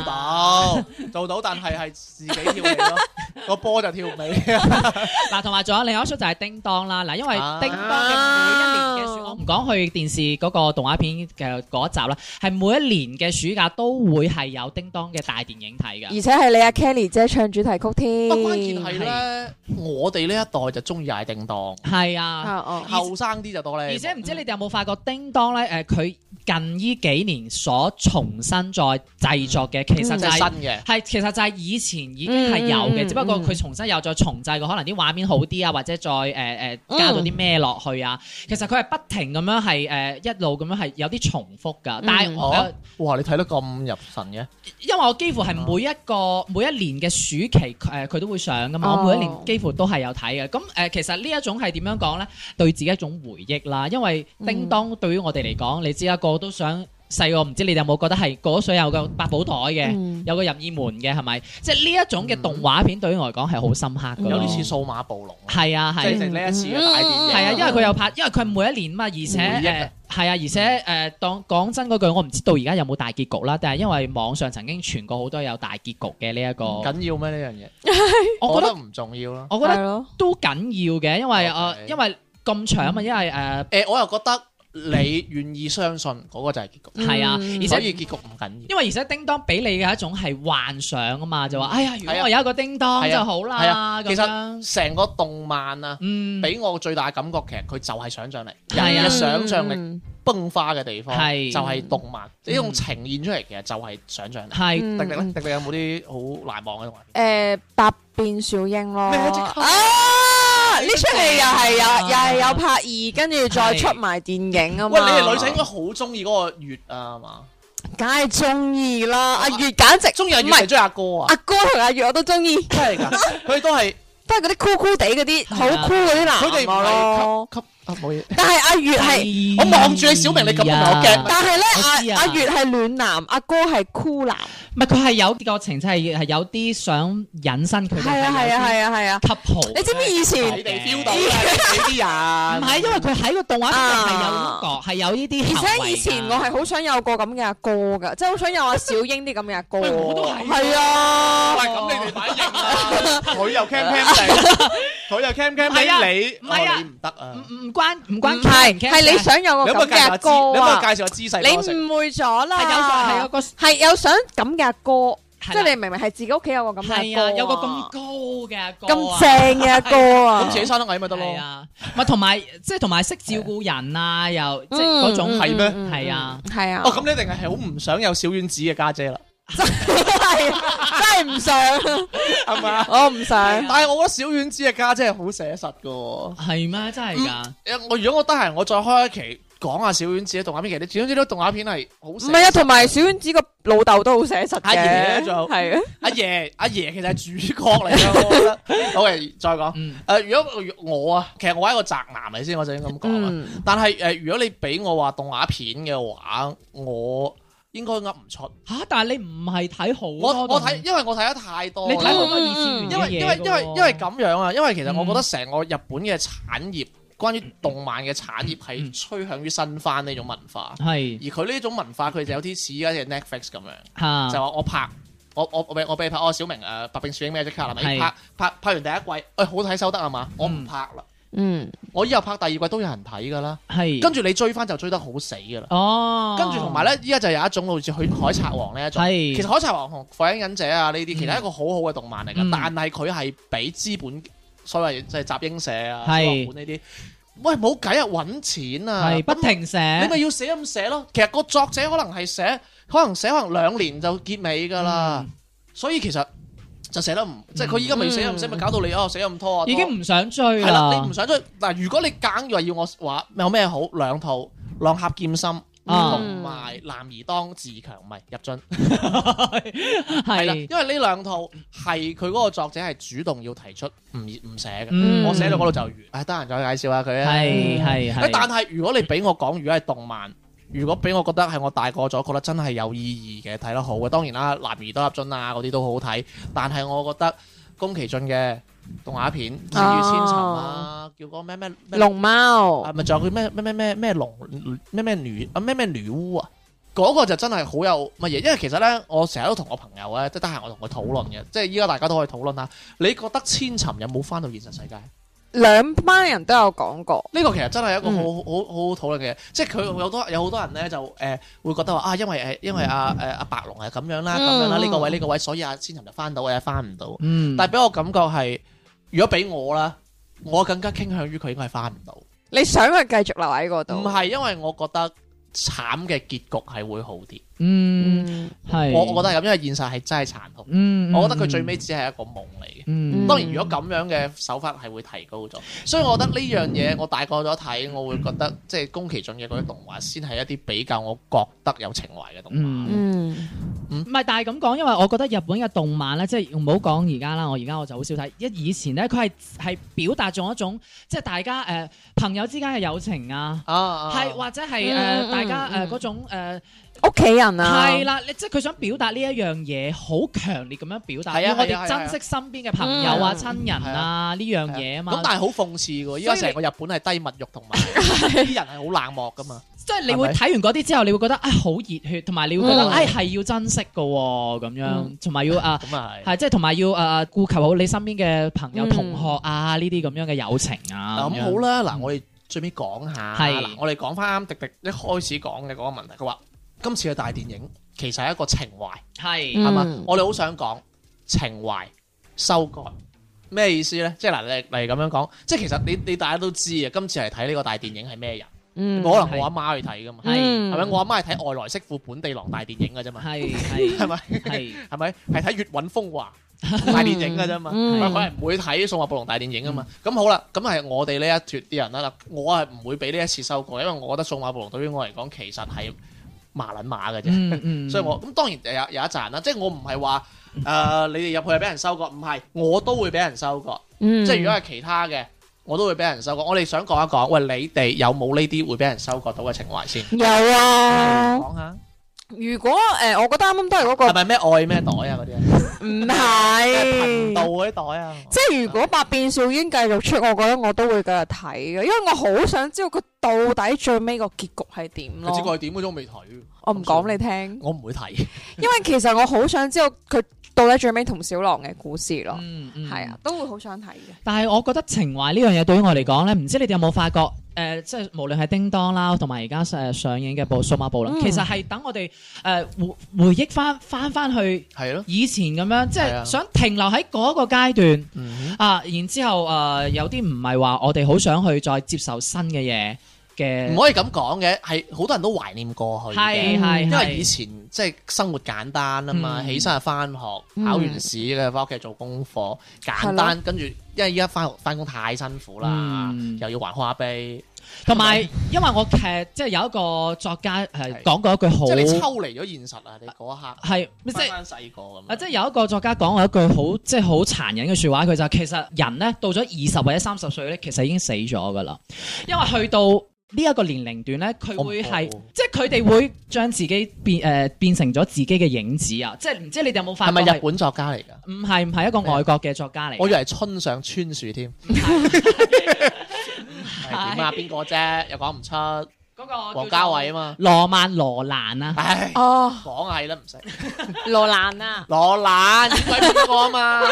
C: 做到，做到，但係係自己跳嚟 咯，個波就跳唔起。
A: 嗱，同埋仲有另外一出就係叮當啦，嗱，因為
C: 啊
A: 叮當嘅每一年嘅暑，我唔講佢電視嗰個動畫片嘅嗰一集啦，係每一年嘅暑假都會係有叮當嘅大電影睇
B: 而
A: 嘅。
B: 且係你阿 Kelly 姐唱主題曲添。
C: 不過關鍵係咧，我哋呢一代就中意嗌叮當，
A: 係
B: 啊
A: 啊，
B: 哦，
C: 後生啲就多咧。
A: 而且唔知你哋有冇發覺叮當咧？誒，佢近呢幾年所重新再製作嘅，其實
C: 即
A: 就
C: 嗯係
A: 係。
C: 新嘅，
A: 係，其實就係以前已經係有嘅，
B: 嗯
A: 只不過佢重新又再重製過，可能啲畫面好啲啊，或者再誒誒、呃
B: 嗯
A: 加咗啲咩落去啊。其實佢係不停咁樣係誒、呃一路咁樣係有啲重複㗎，
B: 嗯
A: 但係我、
C: 哦哇！你睇得咁入神嘅，
A: 因為我幾乎係每一個每一年嘅暑期誒佢、都會上㗎嘛，
B: 哦
A: 我每一年幾乎都係有睇嘅。咁誒、呃其實呢一種係點樣講咧？對自己一種回憶啦，因為叮
B: 嗯
A: 當對於我哋嚟講，你知啦，個個都想細個，唔知你哋有冇覺得係過咗水有個百寶袋嘅？
B: 嗯
A: 有個任意門嘅係咪？即係呢一種嘅動畫片對於我嚟講係好深刻嘅咯。
C: 嗯有啲似哦數碼暴龍，
A: 係啊
C: 即係
A: 係
C: 就呢一次嘅大電影。
A: 係啊，因為佢有拍，因為佢每一年嘛，而且
C: 回憶
A: 誒
C: 啊
A: 係啊，而且誒當講真嗰句，我唔知道而家有冇大結局啦。
C: 嗯
A: 但係因為網上曾經傳過好多有大結局嘅呢一個，
C: 緊要咩呢樣嘢？
A: 我
C: 嗯
A: 覺
C: 我覺
A: 得
C: 得呃唔重要啦。
A: 我覺得
B: 係咯，
A: 都緊要嘅，因為誒
C: OK
A: 因為咁長
C: 嗯
A: 啊嘛，因為誒
C: 誒，我又覺得你願意相信嗰個就係結局，
A: 係啊，
B: 嗯
A: 而
C: 所
A: 且
C: 以結局唔緊要。
A: 因為而且叮當俾你嘅一種係幻想啊嘛，就話哎呀，如果我有一個叮當
C: 係啊
A: 就好
C: 係
A: 啦
C: 啊
A: 咁
C: 其
A: 樣。
C: 實成個動漫啊，
A: 嗯，
C: 俾我最大嘅感覺其實佢就係想像力，
A: 係啊
C: 人嘅想像力
B: 力
C: 崩花嘅地方
A: 係嗯
C: 就係動漫，呢種呈現出嚟其實就係想像力。
A: 係
C: 迪迪咧，迪迪有冇啲好難忘嘅動畫片？
B: 嗯誒百變小櫻咯，啊呢出戲又係有又係有拍二，跟住再出埋電影啊
C: 啊喂，
B: 嘛。
C: 你哋女仔應該好中意嗰個月啊嘛，
B: 梗係中意啦，阿月簡直
C: 中意阿
B: 唔
C: 月
B: 係
C: 定中意阿哥啊
B: 阿？哥同阿月我都中意，
C: 真係㗎，佢哋都係
B: 都係嗰啲酷酷地嗰啲好酷嗰啲
C: 佢哋
B: 男
C: 唔
B: 嘅咯。
C: 係吸吸啊冇嘢。
B: 但係阿月係，
A: 係
C: 我望住你小明你咁樣我驚
B: 但係
A: 我知
B: 咧
A: 啊
B: 阿阿月係暖男，阿哥係酷男。
A: 唔係佢係有個情緒係係有啲想引申佢哋
B: 係啊係啊
A: 係
B: 係啊係啊！
A: 級號。
B: 你知唔知以前
C: 你哋 feel 到啦，
A: 唔
C: 你哋啲人
A: 係因為佢喺個動畫入面係有呢個係有呢啲行
B: 而
A: 為㗎，
B: 且以前我係好想有個咁嘅阿哥噶，即係好想有阿小英啲咁嘅阿哥。
C: 我都係
B: 係啊，
C: 喂，咁你哋反應啊啦，佢又 cam cam 地，佢又 cam
A: 係啊
C: cam 你，
A: 唔係啊
C: 哦你唔得啊
A: 唔！唔關唔關
B: 唔係，
A: 劇唔劇
B: 係你想有
C: 你
B: 個
C: 有冇
B: 咁
C: 介紹
B: 嘅
C: 下
B: 阿
C: 姿？
B: 哥啊？
C: 你有冇介紹下姿勢
B: 你
C: 俾我食？
B: 誤會咗啦，
A: 係有個
B: 啊
A: 係有個係
B: 係有想咁嘅阿哥，即係
A: 啦
B: 你明明係自己屋企有個咁嘅
A: 係
B: 阿
A: 啊
B: 哥，
A: 有個咁高嘅阿哥啊
B: 咁正 嘅阿哥
C: 咁
B: 啊
C: 自，己生得矮咪得咯
A: 係。啊，咪同埋即係同埋識照顧人啊，又即係
B: 嗯
A: 嗰種
C: 係咩
B: 嗯
A: 係啊，
B: 係啊，
C: 哦，咁你一定係好唔想有小丸子嘅家姐啦，
B: 係啊真係唔想，
C: 係咪啊？
B: 我唔想
C: 但。係我覺得小丸子嘅家姐係好寫實嘅喎。
A: 係咩？真係㗎，
C: 誒我如果我得閒，我再開一期講下小丸子嘅動畫片。其實小丸子啲動畫片係好唔
B: 唔係啊，同埋小丸子個老豆都好寫實
C: 阿爺
B: 嘅，
C: 呢仲有
B: 係啊，
C: 阿爺阿爺其實係主角嚟 嘅，我覺得。OK，再講。
A: 嗯
C: 誒、如果如我啊，其實我係一個宅男嚟先，我就應該咁講啦。
B: 嗯
C: 但係誒、如果你俾我話動畫片嘅話，我應該噏唔出。
A: 嚇！但係你唔係睇好
C: 我
A: 多
C: 我
A: 動畫
C: 睇，因為我睇得太多啦。
A: 你睇好多二次元
C: 因
A: 嘅
C: 為
A: 嘢
C: 因為
A: 㗎
C: 因為
A: 喎
C: 因為咁樣啊，因為其實我
A: 嗯
C: 覺得成個日本嘅產業，關於動漫嘅產業係
A: 嗯
C: 趨向於新番呢種文化，
A: 係
C: 而佢呢種文化佢就有啲似而家嘅 Netflix 咁樣，
A: 嚇
C: 就話我拍。我我我俾我俾你拍，我小明誒、呃白冰小英咩即刻啦，咪
A: 係
C: 拍拍拍完第一季，誒、好睇收得啊嘛，我唔
A: 嗯
C: 拍啦，
B: 嗯，
C: 我以後拍第二季都有人睇噶啦，
A: 係
C: 跟住你追翻就追得好死噶啦，
A: 嗯哦，
C: 跟住同埋咧，依家就有一種好似佢海賊王呢一種。
A: 係
C: 其實《海賊王》同《火影忍者》啊呢啲，其實係一個好好嘅動漫嚟㗎，
A: 嗯
C: 但係佢係俾資本所謂即係集英社啊、
A: 係
C: 資本呢啲，喂冇計啊，揾錢啊，
A: 係不
C: 咁
A: 停寫，
C: 你咪要寫咁寫咯。其實個作
A: 嗯
C: 者可能係寫，可能寫可能兩年就結尾㗎啦，所以其實就寫得唔，即係佢依家未寫得唔寫，咪搞到你哦寫得咁拖啊，
A: 嗯已經唔想追
C: 係啦，你
A: 啦
C: 唔。想追嗱，如果你硬以為要我話有咩好兩套《浪客劍心》
A: 啊
C: 同埋《男兒當自強》，咪入樽係啦，
A: 係，
C: 因為呢兩套係佢嗰個作者係主動要提出唔唔寫嘅，
A: 嗯
C: 我寫到嗰度就完，唉，得閒再介紹下佢啊。
A: 係係
C: 誒
A: 係。
C: 但係如果你俾我講，如果係動漫，如果俾我覺得係我大個咗，覺得真係有意義嘅，睇得好嘅，當然啦，《男兒當入樽》啊嗰啲都好好睇，但係我覺得宮崎駿嘅動畫片《自與千尋》啊，叫嗰個咩咩咩
B: 龍貓
C: 啊，咪仲有佢咩咩咩咩咩龍咩咩女啊咩咩女巫啊，嗰、個就真係好有乜嘢，因為其實咧，我成日都同我朋友咧，即係得閒我同佢討論嘅，即係依家大家都可以討論下，你覺得千尋有冇翻到現實世界？呢、
B: 兩班人都有講過，
C: 個其實真係
A: 嗯
C: 一個好好好好討論嘅嘢，即係佢有好多有好多人咧就誒、呃、會覺得話啊，因為誒因為
A: 嗯
C: 阿誒阿白龍係咁樣啦，咁樣啦，呢、個位呢、個位，所以阿、千尋就翻到，誒翻唔到。
A: 嗯，
C: 但係俾我感覺係，如果俾我啦，我更加傾向於佢應該係翻唔到。
B: 你想佢繼續留喺
A: 嗯
B: 嗰度？
C: 唔係，因為我覺得慘嘅結局係會好啲。
A: Ừ. 嗯
B: 嗯，
A: 係。
C: 我我覺得係咁，因為現實係真係殘酷。
A: 嗯，
C: 我覺得佢最尾只係一個夢嚟嘅。
A: 嗯，嗯
C: 當然，如果咁樣嘅手法係會提高咗，所以我覺得呢樣嘢我大個咗睇，我會覺得即係宮崎駿嘅嗰啲動畫先係一啲比較我覺得有情懷嘅動畫。
A: 嗯。
B: 嗯，
A: 唔係，但係咁講，因為我覺得日本嘅動漫咧，即係唔好講而家啦，我而家我就好少睇。一以前咧，佢係係表達咗一種即係大家誒、呃朋友之間嘅友情啊，
C: 啊啊，
A: 係、或者係誒、
B: 嗯嗯
A: 大家
B: 嗯
A: 誒嗰、種誒
B: 屋企人啊，
A: 係啦，你即係佢想表達呢一樣嘢，好強烈咁樣表達，
C: 係啊
A: 要我
C: 係啊
A: 哋
C: 係啊
A: 珍惜身邊嘅朋友啊、
B: 嗯
A: 親人啊呢樣嘢啊
C: 咁
A: 嘛。
C: 但係好諷刺喎，依家成個日本係低物欲同埋啲人係好冷漠噶嘛。
A: 即係你會睇完嗰啲之後，你會覺得啊好熱血，同埋你會覺得
B: 嗯
A: 唉係要珍惜嘅喎咁樣，同埋要啊。
C: 咁啊嗯係。
A: 係，即係同埋要誒顧求好你身邊嘅朋友、
B: 嗯
A: 同學啊，呢啲咁樣嘅友情啊。
C: 嗱咁好
A: 啦，
C: 啦，嗱我哋最尾講下，
A: 係
C: 嗱我哋講翻啱迪迪一開始講嘅嗰個問題，佢話今次嘅大電影其實係一個情懷，
A: 係
C: 係嘛
B: 嗯？
C: 我哋好想講情懷修改。咩意思呢？即係嗱，你嚟咁樣講，即係其實你你大家都知啊，今次嚟睇呢個大電影係咩人？
B: 嗯，
C: 冇可能我阿媽去睇噶嘛，
A: 係
C: 係
B: 嗯
C: 咪？我阿媽係睇外來媳婦本地郎大電影嘅啫嘛，
A: 係
B: 嗯
A: 係
C: 係咪？
A: 係
C: 係咪？係睇《粵韻風華》 大電影嘅啫嘛，
B: 嗯
C: 佢係唔會睇《數碼暴龍大電影》啊嘛。咁好啦，咁係我哋呢一脱啲人啦。嗱，我係唔會俾呢一次修改，因為我覺得《數碼暴龍》對於我嚟講其實係麻撚馬嘅啫。
A: 嗯嗯，
C: 所以我咁當然有有一賺啦，即係我唔係話誒你哋入去係俾人收割，唔係我都會俾人收割。
B: 嗯，
C: 即係如果係其他嘅，我都會俾人收割。我哋想講一講，喂，你哋有冇呢啲會俾人收割到嘅情懷先？
B: 有啊，
C: 講下
B: 如果誒，我覺得啱啱都係嗰個
C: 係咪咩愛咩袋啊嗰啲啊？
B: 唔係。
C: 咩頻道嗰啲袋啊？
B: 即係如果百變小櫻繼續出，我覺得我都會繼續睇嘅，因為我好想知道佢到底最尾個結局係點
C: 佢知
B: 咯。
C: 佢點嗰種未睇，
B: 我唔講你聽，
C: 我唔會睇。
B: 因為其實我好想知道佢到底最尾同小狼嘅故事咯。
A: 嗯嗯
B: 係啊，。都會好想睇嘅。
A: 但係我覺得情懷呢樣嘢對於我嚟講咧，唔知你哋有冇發覺誒、呃即係無論係叮當啦，同埋而家誒上映嘅部數碼暴龍，
B: 嗯
A: 其實係等我哋誒、呃回回憶翻翻翻去
C: 係咯，
A: 以前咁樣，即
C: 係啊
A: 係想停留喺嗰個階段。
C: 嗯
A: 啊，然之後誒、呃有啲唔係話我哋好想去再接受新嘅嘢嘅，
C: 唔可以咁講嘅，係好多人都懷念過去嘅
A: 係係
C: 嗯因為
A: 係
C: 以前即係生活簡單啊嘛，
A: 嗯
C: 起身係翻學，
B: 嗯
C: 考完試嘅翻屋企做功課，簡
B: 係
C: 單。跟住因為依家翻學翻工太辛苦啦
A: 嗯，
C: 又要還花唄，
A: 同埋因為我劇即係有一個作家係
C: 係
A: 講過一句好
C: 即係你抽離咗現實啊！你嗰一刻
A: 係即
C: 翻
A: 係。
C: 翻細個咁樣。
A: 啊！即係有一個作家講過一句好即係好殘忍嘅説話，佢就係其實人咧到咗二十或者三十歲咧，其實已經死咗㗎啦。因為去到呢一個年齡段咧，佢會係
C: 恐怖
A: 即係佢哋會將自己變誒、呃、變成咗自己嘅影子啊！即係唔知你哋有冇發
C: 係
A: 覺
C: 咪
A: 係？
C: 日本作家嚟㗎？
A: 唔係唔係一個外國嘅作家嚟㗎。
C: 我以為係春上春樹添。 係點啊？邊個啫？又講唔出，
A: 嗰個叫做
C: 王家衛啊嘛。
A: 羅曼羅蘭啊，
C: 唉，
B: 哦，
C: 講係啦，唔識。
B: 羅蘭啊，
C: 羅蘭，呢個係邊個啊嘛？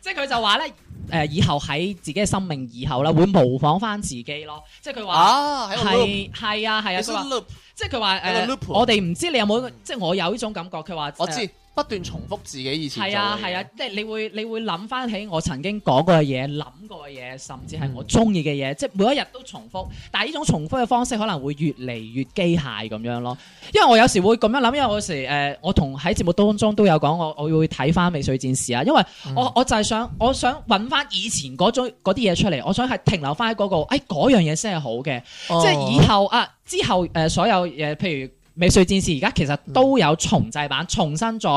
A: 即係佢就話咧，誒、以後喺自己嘅生命以後啦，會模仿翻自己咯。即係佢話
C: 啊，喺個
A: 係
C: loop，
A: 係啊係啊，
C: 你識
A: 佢話
C: loop，
A: 即係佢話
C: 喺個
A: 誒
C: loop，
A: 我哋唔知你有冇，即係我有呢種感覺。佢話
C: 我
A: 誒
C: 知不斷重複自己以前
A: 係啊
C: 做嘅嘢
A: 係啊，，即係你會你會諗翻起我曾經講過嘅嘢、諗過嘅嘢，甚至係我中意嘅嘢，即係每一日都重複。但係呢種重複嘅方式可能會越嚟越機械咁樣咯。因為我有時會咁樣諗，因為我有時誒、呃我同喺節目當中都有講，我我會睇翻《美水戰士》啊，因為我、我就係想我想揾翻以前嗰種嗰啲嘢出嚟，我想係停留翻喺嗰個，誒、哎嗰樣嘢先係好嘅。
B: 哦
A: 即係以後啊，之後誒、呃所有嘢，譬如《美術戰士》，而家其實都有重製版，重新再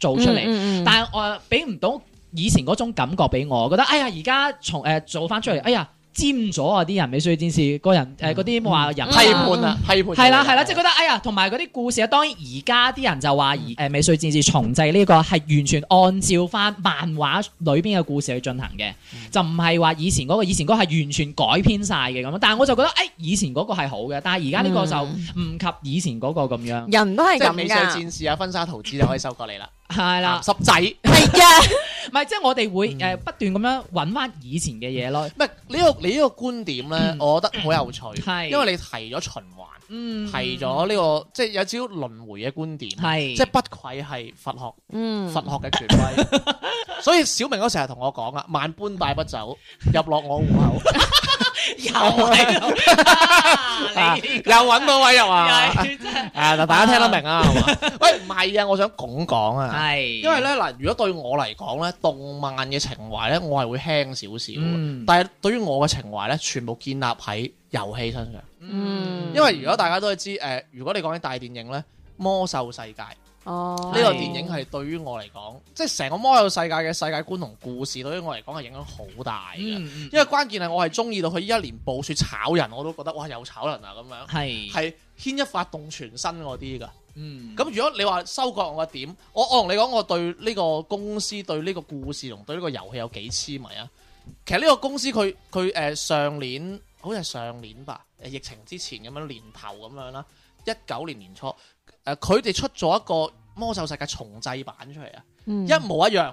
A: 做出嚟，
B: 嗯嗯嗯
A: 但係我呃俾唔到以前嗰種感覺俾我，覺得哎呀，而家重誒、呃做翻出嚟，哎呀尖咗啊！啲人《美術戰士》個人誒
B: 嗯
A: 嗰啲話人
C: 批判啊，批判
A: 嗯係啦係啦，即係覺得哎呀，同埋嗰啲故事啊，當然而家啲人就話而誒美術戰士重製呢個係完全按照翻漫畫裏邊嘅故事去進行嘅，就唔係話以前嗰個，以前嗰個係完全改編晒嘅咁。但係我就覺得誒、哎以前嗰個係好嘅，但係而家呢個就唔及以前嗰個咁樣。
B: 人都係
C: 即係
B: 咁
C: 美
B: 噶
C: 術，戰士啊，婚紗圖紙就可以收割你啦，
A: 係啦嗯
C: 鹹，濕仔。
B: 係嘅，
A: 唔啊係即係我哋會誒不斷咁樣揾翻以前嘅嘢咯。
C: 唔係呢個你呢個觀點咧，我覺得好有趣，
A: 嗯係
C: 因為你提咗循環，
A: 嗯，
C: 提咗呢個即係有少少輪迴嘅觀點，
A: 係
C: 即係不愧係佛學
B: 嗯
C: 佛學嘅權威。 所以小明都成日同我講啊，萬般帶不走，入落我户口，
A: 又 喺度，
C: 啊
A: 啊你
C: 又揾到位入啊！
A: 又係真係
C: 啊，嗱大家聽得明 啊，係嘛？喂，唔係啊，我想講講啊。
A: 係
C: 因為咧嗱，如果對我嚟講咧，動漫嘅情懷咧，我係會輕少少嘅。
A: 嗯
C: 但係對於我嘅情懷咧，全部建立喺遊戲身上。
B: 嗯
C: 因為如果大家都係知誒、呃如果你講緊大電影咧，《魔獸世界》呢、
B: 哦
C: 個電影係對於我嚟講，即係成個魔獸世界嘅世界觀同故事，對於我嚟講係影響好大嘅。
A: 嗯
C: 因為關鍵係我係中意到佢依一年暴雪炒人，我都覺得哇有炒人啊咁樣，
A: 係
C: 係牽一發動全身嗰啲㗎。
A: 嗯
C: 咁如果你話收割我嘅點，我我同你講，我對呢個公司、對呢個故事同對呢個遊戲有幾痴迷啊？其實呢個公司佢佢誒上年好似係上年吧，誒疫情之前咁樣年頭咁樣啦，一九年年初誒佢哋出咗一個《魔獸世界》重製版出嚟啊，
B: 嗯
C: 一模一樣，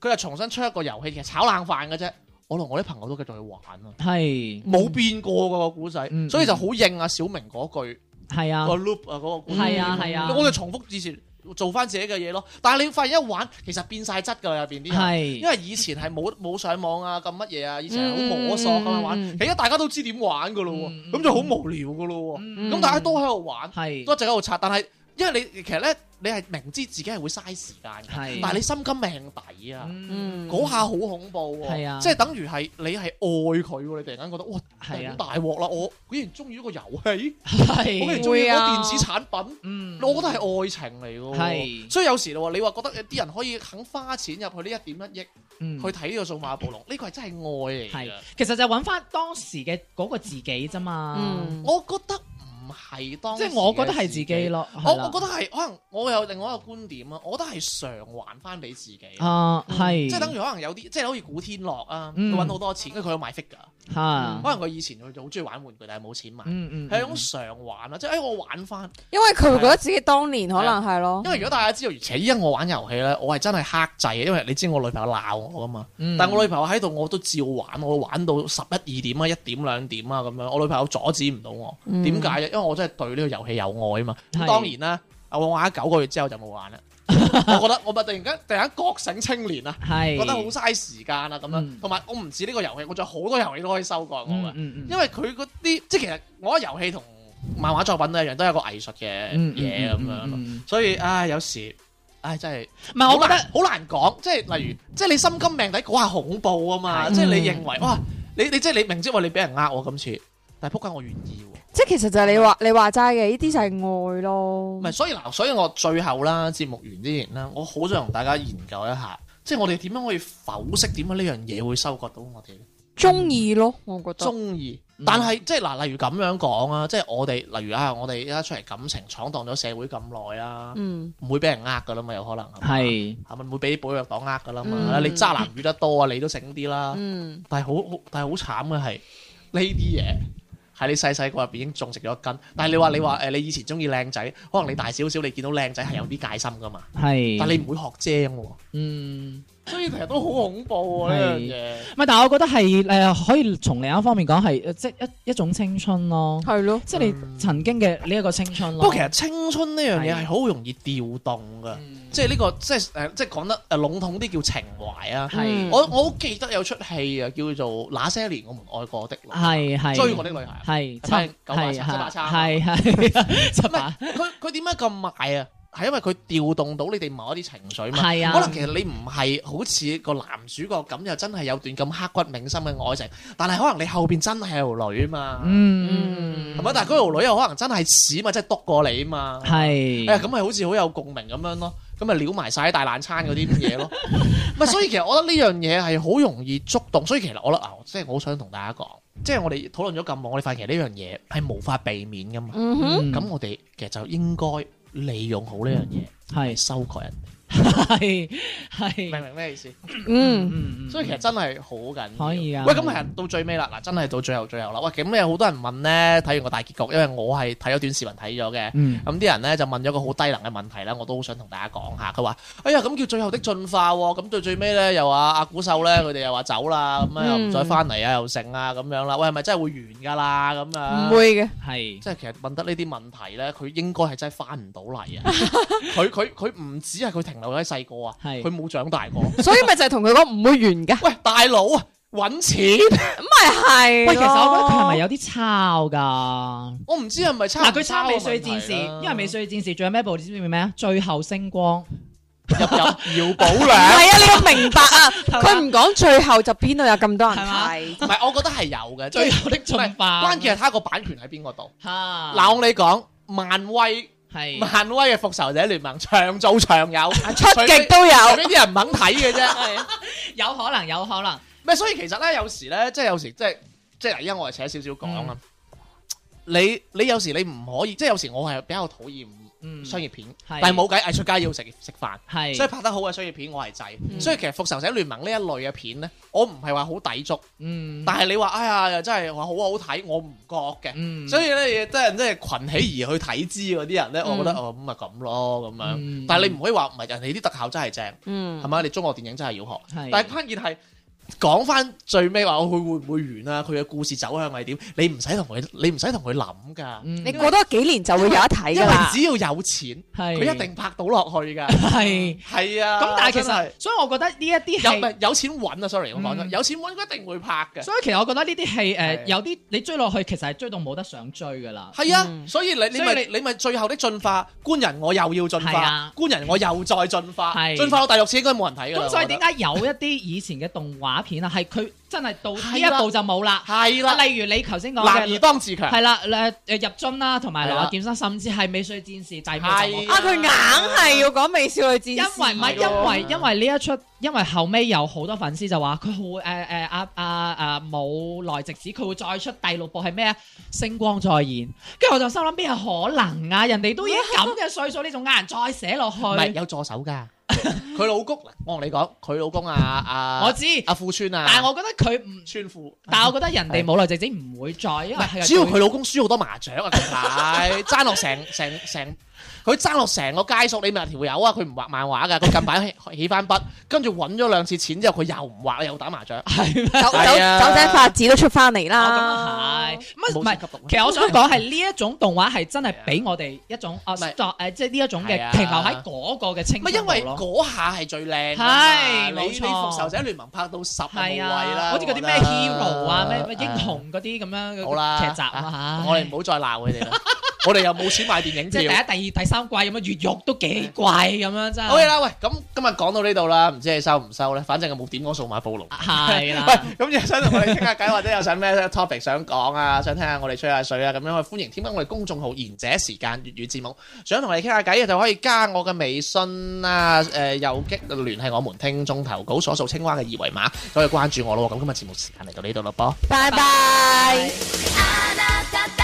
C: 佢又重新出一個遊戲，其實炒冷飯嘅啫。我同我啲朋友都繼續去玩啊，
A: 係
C: 冇變過㗎個古仔，
A: 嗯
C: 所以就好應啊小明嗰句
A: 係啊
C: 個 loop 啊嗰個古仔。
A: 係啊係啊
C: 我哋重複以前做翻自己嘅嘢咯。但係你發現一玩，其實變晒質㗎啦入邊啲人。因
A: 係
C: 為以前係冇冇上網啊，咁乜嘢啊，以前係好摸索咁
B: 嗯
C: 樣
B: 嗯嗯
C: 玩，而家大家都知點玩㗎咯喎，
A: 嗯
C: 咁就好無聊㗎咯喎，
A: 嗯
C: 咁大家都喺度玩，
A: 係
C: 都一直喺度刷，但係因為你其實咧，你係明知自己係會嘥時間㗎，
A: 係
C: 但係你心甘命抵啊，
A: 嗯
B: 嗯
C: 嗰下好恐怖
A: 係啊
C: 喎，即係等於係你係愛佢喎，你突然間覺得哇，
A: 係啊
C: 大鑊啦，我竟然中意一個遊戲，我竟然
A: 係
C: 中意一
B: 會
C: 個
B: 啊
C: 電子產品。
A: 嗯
C: 我覺得係愛情嚟嘅喎，
A: 係
C: 所以有時喎，你話覺得有啲人可以肯花錢入去呢一點一億
A: 嗯
C: 去睇呢個數碼暴龍，呢個係真係愛嚟
A: 係
C: 嘅。
A: 其實就揾翻當時嘅嗰個自己啫嘛，
B: 嗯
C: 我覺得唔係當
A: 即
C: 時嘅
A: 係我覺得係自己。咯，
C: 我
A: 係啦
C: 我覺得係可能我有另外一個觀點啊，我覺得係償還翻俾自己，即
A: 啊係
C: 係等於可能有啲即係好似古天樂啊，佢
A: 嗯
C: 揾好多錢，跟住佢去買 figure，
A: 嚇
C: 可能佢以前佢好中意玩玩具，但係冇錢買，
A: 嗯嗯
C: 係一種償還啊，即係哎我玩翻。
B: 因為佢會
A: 啊
B: 覺得自己當年可能係咯
A: 哦
C: 因，為如果大家知道，而且依家我玩遊戲咧，我係真係克制嘅，因為你知我女朋友鬧我噶嘛。
A: 嗯
C: 但我女朋友喺度，我都照玩，我玩到十一二點啊、一點兩點啊咁樣。我女朋友阻止唔到我，
B: 嗯
C: 點解啫？因為我真係對呢個遊戲有愛啊嘛。
A: 係
C: 當然啦，我玩咗九個月之後就冇玩 啦。我覺得我咪突然間突然間覺醒青年啊，
A: 係
C: 覺得好嘥時間啊咁樣。
A: 嗯
C: 同埋、我唔止呢個遊戲，我仲有好多遊戲都可以收割我嘅
A: 嗯。嗯
C: 因為佢嗰啲即係其實我覺得遊戲同漫畫作品都一樣，都係一個藝術嘅
A: 嗯
C: 嘢咁樣咯。
A: 唔
C: 所以唉，有時唉真係
A: 係我覺得
C: 好難講，即係例如，即係你心甘命抵嗰下恐怖啊嘛，
A: 係
C: 即係你認為哇，你你即係你明知話你俾人呃我今次，但係仆街我願意喎，
B: 即係其實就係你話你話齋嘅，呢啲就係愛咯
A: 嗯
C: 唔。係所以嗱，所以我最後啦，節目完之前啦，我好想同大家研究一下，即係我哋點樣可以剖析點解呢樣嘢會收割到我哋呢
B: 中意咯，我覺得。
C: 中意，
A: 嗯
C: 但係即係嗱，例如咁樣講啊，即係我哋例如啊，我哋而家出嚟感情闖蕩咗社會咁耐啦，
B: 嗯，
C: 唔會俾人呃噶啦嘛，有可能係嘛
A: 係
C: 係咪唔會俾啲保藥黨呃噶啦嘛？
B: 嗯
C: 你渣男遇得多啊，你都醒啲啦。
B: 嗯，
C: 但係好好，但係好慘嘅係呢啲嘢喺你細細個入邊已經種植咗根。但係你話你話誒，你以前中意靚仔，可能你大少少，你見到靚仔係有啲戒心噶嘛。
A: 係，
C: 但係你唔會學精喎，
A: 嗯
C: 嗯所以其實都好恐怖喎呢樣嘢。
A: 唔係，但係我覺得係誒、呃可以從另一方面講係呃即係一一種青春咯，
B: 係咯，
A: 即係你曾經嘅呢一個青春
C: 不
A: 咯。
C: 過其實青春呢樣嘢係嗯好容易調動㗎，即係呢個即係誒，即係講得誒籠統啲叫情懷啊。
A: 係
C: 我我好記得有出戲啊，叫做《那些年我們愛過的女孩》，
A: 係係
C: 追我的女孩。
A: 係
C: 係咪
A: 七
C: 九百
A: 係
C: 七七百三
A: 係 係七
C: 唔係
A: 百
C: 佢佢點解咁賣啊？係因為佢調動到你哋某一啲情緒嘛。
A: 係啊，
C: 可能其實你唔係好似個男主角咁，又真係有段咁刻骨銘心嘅愛情，但係可能你後邊真係有條女嘛，
A: 嗯
C: 係咪？但係嗰條女又可能真係似嘛，即係篤過你嘛，
A: 係
C: 誒咁咪好似好有共鳴咁樣咯，咁咪撩埋晒啲大爛餐嗰啲咁嘢咯。 咪所以其實我覺得呢樣嘢係好容易觸動，所以其實我覺得啊，即係我好想同大家講，即係我哋討論咗咁耐，我哋發現其實呢樣嘢係無法避免噶嘛。
B: 嗯哼，
C: 咁我哋其實就應該利用好呢樣
A: 嗯
C: 嘢，係
A: 係
C: 修改人，
A: 係係
C: 明唔明咩意思？
B: 嗯，
A: 嗯
C: 所以其實真係好緊要。
A: 可以啊
C: 喂，咁其實到最尾啦，嗱，真係到最後最後啦。喂，咁有好多人問咧，睇完個大結局，因為我係睇咗短視頻睇咗嘅。
A: 嗯
C: 咁啲人咧就問咗個好低能嘅問題啦，我都好想同大家講下。佢話：哎呀，咁叫最後的進化喎、咁到最尾咧，又話阿古獸咧，佢哋又話走啦，咁啊又
A: 嗯
C: 唔再翻嚟啊，又剩啊咁樣啦。喂，係咪真係會完㗎啦？咁啊？
A: 嗯
B: 唔會嘅，
A: 係
C: 即係其實問得呢啲問題咧，佢應該係真係翻唔到嚟 啊！佢佢佢唔止係佢停留喺細個啊，
A: 係
C: 佢冇長大過。
B: 所以咪就係同佢講唔會完噶，
C: 喂，大佬啊，揾錢！
B: 咪係
A: 喂，其實我覺得佢係咪
B: 有
A: 有啲抄㗎？
C: 我唔知係咪差
A: 嗱，
C: 唔多
A: 佢抄《美少女戰士》，因為《美少女戰士》最後咩部你知唔知咩啊？最後星光
C: 入入姚寶
B: 唔
C: 良，
B: 係啊？你要明白啊，佢唔講最後就邊度有咁多人睇，
C: 唔係我覺得係有嘅，
A: 最後的進化啊
C: 唔係關鍵係睇下個版權喺邊個度。
A: 嚇，
C: 嗱，我你講漫威，
A: 係
C: 漫威嘅復仇者聯盟長做 長有，
B: 出極都有，
C: 除非啲人唔肯睇嘅啫。
A: 有可能，有可能
C: 咩？所以其實咧，有時咧，即係有時即係即係，而家我係扯少少講
A: 嗯
C: 啊。你你有時你唔可以，即係有時我係比較討厭
A: 嗯
C: 商業片，
A: 係
C: 但係冇計，藝術家要食食飯。
A: 係，嗯
C: 所以拍得好嘅商業片我係制，所以其實《復仇者聯盟》呢一類嘅片呢，我唔係話好抵觸，
A: 嗯
C: 但係你話哎呀又真係話好好睇，我唔覺嘅。
A: 嗯，
C: 所以咧，真係真係群起而去睇之嗰啲人呢，我覺得哦咁咪咁咯咁樣。
A: 嗯
C: 但係你唔可以話唔係人哋啲特效真係正，係
B: 嗯，
C: 咪？你中國電影真係要學。
A: 係
C: 但係關鍵係講翻最尾話佢會唔會完啊？佢嘅故事走向係點？你唔使同佢，你唔使同佢諗㗎，
A: 嗯
B: 你過多幾年就會有得睇
C: 因
B: 噶
C: 為
B: 啦，
C: 只要有錢，
A: 係
C: 佢一定拍到落去㗎。
A: 係
C: 係啊，
A: 咁，但係其
C: 真係
A: 實，所以我覺得呢一啲
C: 有
A: 係。
C: 唔係有錢揾啊？sorry，我講咗
A: 嗯
C: 有錢揾佢一定會拍嘅。
A: 所以其實我覺得呢啲戲
C: 係
A: 誒有啲你追落去，其實係追到冇得想追噶啦。
C: 係啊，所以你你咪
A: 嗯所以
C: 你咪最後的進化，官人我又要進
A: 係
C: 化
A: 啊，
C: 官人我又再進化，
A: 係
C: 進化到第六次應該冇人睇㗎啦。
A: 咁所以
C: 啊我覺
A: 點
C: 得
A: 解有一啲以前嘅動畫片啊，係佢真係到呢
C: 係啦
A: 一步就冇啦。
C: 係啦？
A: 啊例如你頭先講
C: 男兒
A: 嘅
C: 當自強
A: 係啦，誒誒入樽啦，同埋
C: 係
A: 流
C: 啦
A: 下劍身，甚至係美少女戰士第五
C: 係
A: 集
B: 啊，佢硬係要講美少女戰士，
A: 因為唔係因為因為呢一出，因為後尾有好多粉絲就話佢會誒誒阿阿阿冇來直指，佢會再出第六部係咩啊？星光再現，跟住我就心諗邊有可能啊？人哋都已經咁嘅歲數，你仲嗌人再寫落
C: 唔係
A: 去？
C: 有助手㗎。 佢老公，我同你講，佢老公啊啊，
A: 我知，
C: 阿富川啊，
A: 但係我覺得佢唔，
C: 川富。
A: 但係我覺得人哋冇來直指唔會再，因為係
C: 主要佢老公輸好多麻雀啊，近排 爭落成成成，佢爭落成個街數，你咪條友啊，佢唔畫漫畫噶，佢近排起 起翻筆，跟住揾咗兩次錢之後，佢又唔畫，又打 麻雀，
B: 酒酒
C: 係啊
B: 酒井法子都出翻嚟
A: 哦
B: 啦，
A: 咁啊係，咁啊唔
C: 冇
A: 係
C: 先。吸毒啊。
A: 其實我想講係呢一種動畫係真係俾我哋一種啊
C: 唔係
A: 作誒，即係呢一種
C: 係啊
A: 嘅停留喺嗰個嘅青
C: 唔係
A: 春
C: 因為
A: 度咯
C: 嗰下係最靚㗎嘛，
A: 係
C: 你
A: 冇錯
C: 你復仇者聯盟拍到十無位
A: 係
C: 啦，
A: 啊，好似嗰啲咩
C: 我覺得
A: hero 啊、咩咩英。
C: 啊
A: 雄嗰啲咁樣
C: 好啦，
A: 嘅劇集啊，
C: 我哋唔好再鬧佢哋啦，我哋又冇錢買電影
A: 即係
C: 票。
A: 第一、第二、第三季咁樣，越獄都 幾貴咁樣真係。
C: 好啦，喂，咁今日講到呢度啦，唔知你收唔收咧？反正我冇點講數碼暴龍。
A: 啊係啦，
C: 喂，咁又想同我哋傾下偈，或者有想咩 topic 想講啊，想聽下我哋吹下水啊，咁樣可以歡迎添加我哋公眾號賢者時間粵語節目。想同我哋傾下偈嘅就可以加我嘅微信啊，誒、右擊聯繫我們聽眾投稿所屬青蛙嘅二維碼，就可以關注我咯喎。咁今日節目時間嚟到呢度咯噃。
B: 拜拜。
G: あなただ